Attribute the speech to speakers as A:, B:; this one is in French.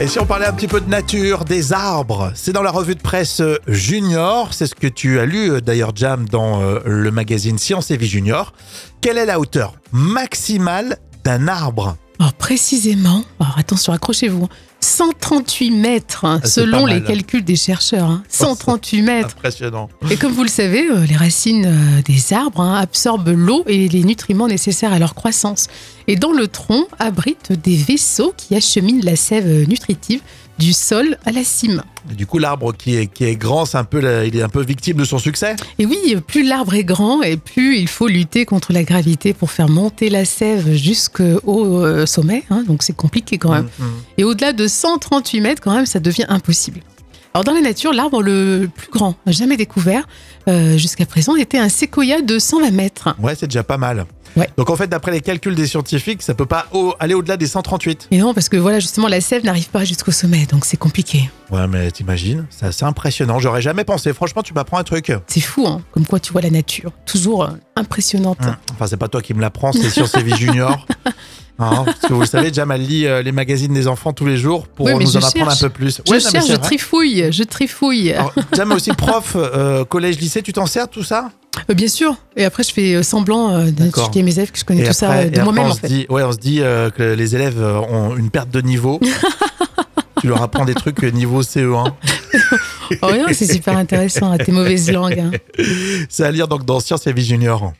A: Et si on parlait un petit peu de nature, des arbres, c'est dans la revue de presse euh, Junior, c'est ce que tu as lu euh, d'ailleurs Jam dans euh, le magazine Science et Vie Junior. Quelle est la hauteur maximale d'un arbre
B: Alors, Oh, précisément, alors, attention, accrochez-vous, hein, 138 mètres, hein,
A: Ah, c'est
B: selon
A: pas
B: les
A: mal. Oh,
B: calculs des chercheurs. hein, 138 mètres.
A: Impressionnant.
B: Et comme vous le savez, euh, les racines euh, des arbres hein, absorbent l'eau et les nutriments nécessaires à leur croissance. Et dans le tronc abritent des vaisseaux qui acheminent la sève euh, nutritive du sol à la cime.
A: Et Du coup, l'arbre qui est, qui est grand, c'est un peu, la- il est un peu victime de son succès.
B: Et oui, plus l'arbre est grand et plus il faut lutter contre la gravité pour faire monter la sève jusqu'au euh, sommet. hein, donc c'est compliqué quand même.
A: Mm, mm.
B: Et au-delà de 138 mètres, quand même, ça devient impossible. Alors dans la nature, l'arbre le plus grand jamais découvert euh, jusqu'à présent était un séquoia de 120 mètres.
A: Ouais, c'est déjà pas mal.
B: Ouais.
A: Donc en fait, d'après les calculs des scientifiques, ça peut pas au- aller au-delà des 138.
B: Mais non, parce que voilà, justement, la sève n'arrive pas jusqu'au sommet, donc c'est compliqué.
A: Ouais, mais t'imagines, c'est assez impressionnant. J'aurais jamais pensé. Franchement, tu m'apprends un truc.
B: C'est fou, hein, comme quoi tu vois la nature, toujours euh, impressionnante.
A: Hum, Enfin, c'est pas toi qui me l'apprends, c'est Science et Vie Junior. Hein, parce que vous le savez, Jamal lit euh, les magazines des enfants tous les jours pour
B: Oui, mais
A: nous en
B: je
A: apprendre un
B: cherche.
A: peu plus.
B: Je
A: Ouais, non, mais
B: cherche,
A: c'est
B: je
A: vrai. Ah.
B: trifouille, je trifouille.
A: Alors, Jam est aussi prof, euh, collège, lycée, tu t'en sers tout ça
B: Euh, bien sûr. Et après, je fais euh, semblant euh,
A: D'accord.
B: d'étudier mes élèves, que je connais tout ça euh,
A: et
B: de moi-même,
A: on,
B: en
A: se
B: fait.
A: dit, ouais, on se dit euh, que les élèves euh, ont une perte de niveau. tu leur apprends des trucs niveau E CE1.
B: Oh, non, c'est super intéressant, hein, tes mauvaises langues. hein.
A: C'est à lire donc dans Science et Vie Junior.